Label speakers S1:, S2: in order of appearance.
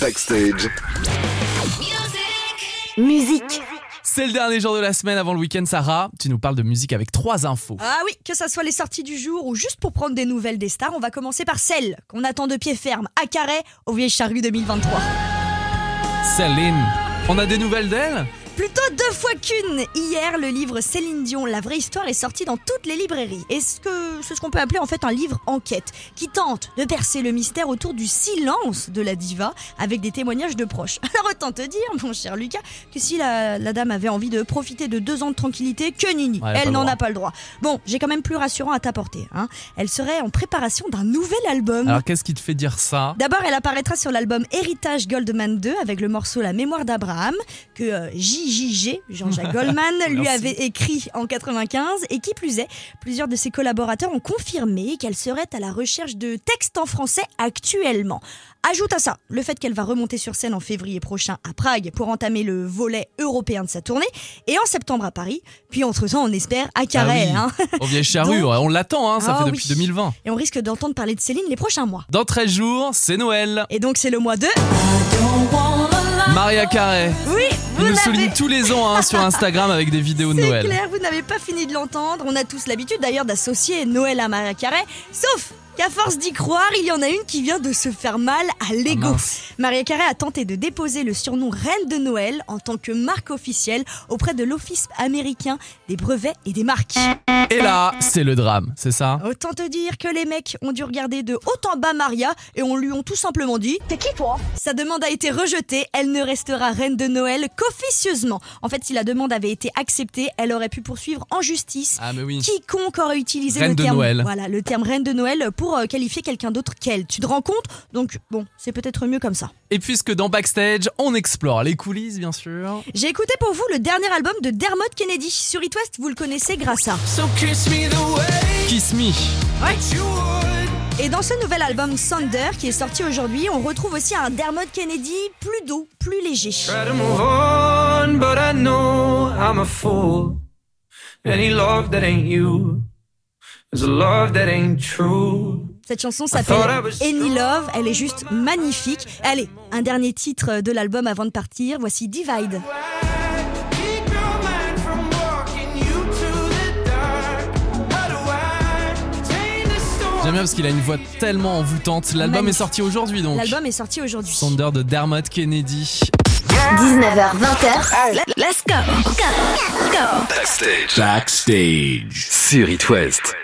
S1: Backstage.
S2: Musique.
S3: C'est le dernier jour de la semaine avant le week-end, Sarah. Tu nous parles de musique avec trois infos.
S2: Ah oui, que ça soit les sorties du jour ou juste pour prendre des nouvelles des stars, on va commencer par celle qu'on attend de pied ferme à Carré au Vieille Charrue 2023.
S3: Céline, on a des nouvelles d'elle
S2: Plutôt deux fois qu'une. Hier, le livre Céline Dion, la vraie histoire, est sorti dans toutes les librairies. Et ce que c'est ce qu'on peut appeler en fait un livre enquête qui tente de percer le mystère autour du silence de la diva avec des témoignages de proches. Alors autant te dire, mon cher Lucas, que si la, la dame avait envie de profiter de deux ans de tranquillité, que nini,
S3: Ouais, elle a pas
S2: elle
S3: le
S2: n'en
S3: droit.
S2: a pas le droit. Bon, j'ai quand même plus rassurant à t'apporter. hein. Elle serait en préparation d'un nouvel album.
S3: Alors qu'est-ce qui te fait dire ça
S2: D'abord, elle apparaîtra sur l'album Héritage Goldman 2 avec le morceau La mémoire d'Abraham que euh, JJG, Jean-Jacques Goldman, lui
S3: Merci.
S2: avait écrit en 95 et qui plus est, plusieurs de ses collaborateurs ont confirmé qu'elle serait à la recherche de textes en français actuellement. Ajoute à ça le fait qu'elle va remonter sur scène en février prochain à Prague pour entamer le volet européen de sa tournée et en septembre à Paris, puis entre-temps on espère à Carré.
S3: Ah oui.
S2: hein.
S3: Au vieille charrue, ouais, on l'attend, hein, ça
S2: Ah
S3: fait
S2: oui.
S3: depuis 2020.
S2: Et on risque d'entendre parler de Céline les prochains mois.
S3: Dans 13 jours, c'est Noël.
S2: Et donc c'est le mois de...
S3: Maria Carré,
S2: Oui, vous
S3: il nous
S2: l'avez
S3: souligne tous les ans hein, sur Instagram avec des vidéos de
S2: C'est
S3: Noël.
S2: clair, vous n'avez pas fini de l'entendre. On a tous l'habitude d'ailleurs d'associer Noël à Maria Carré, sauf qu'à force d'y croire, il y en a une qui vient de se faire mal à
S3: Ah,
S2: l'ego.
S3: mince.
S2: Maria Carré a tenté de déposer le surnom Reine de Noël en tant que marque officielle auprès de l'Office américain des brevets et des marques.
S3: Et là, c'est le drame, c'est ça
S2: Autant te dire que les mecs ont dû regarder de haut en bas Maria et on lui ont tout simplement dit T'es qui toi Sa demande a été rejetée, elle ne restera reine de Noël qu'officieusement. En fait, si la demande avait été acceptée, elle aurait pu poursuivre en justice
S3: Ah mais oui.
S2: quiconque aurait utilisé
S3: Reine
S2: le
S3: de
S2: terme
S3: Noël.
S2: voilà le terme reine de Noël pour euh, qualifier quelqu'un d'autre qu'elle. Tu te rends compte Donc bon, c'est peut-être mieux comme ça.
S3: Et puisque dans Backstage, on explore les coulisses, bien sûr.
S2: J'ai écouté pour vous le dernier album de Dermot Kennedy sur It West, vous le connaissez grâce à.
S3: Kiss Me.
S2: Et dans ce nouvel album Thunder qui est sorti aujourd'hui, on retrouve aussi un Dermot Kennedy plus doux, plus léger.
S4: Try to move on, but I know I'm a fool. Any love that ain't you is a love that ain't true.
S2: Cette chanson s'appelle Any Love, elle est juste magnifique. Allez, un dernier titre de l'album avant de partir, voici Divide.
S4: Keep your mind from walking you to the dark. How do I tame the storm?
S3: J'aime bien parce qu'il a une voix tellement envoûtante. L'album est
S2: Magnifique.
S3: sorti aujourd'hui donc.
S2: L'album est sorti aujourd'hui.
S3: Sonder de Dermot Kennedy.
S5: 19h, 20h. Let's go. Go. Go.
S1: Backstage. Backstage. Sur It West.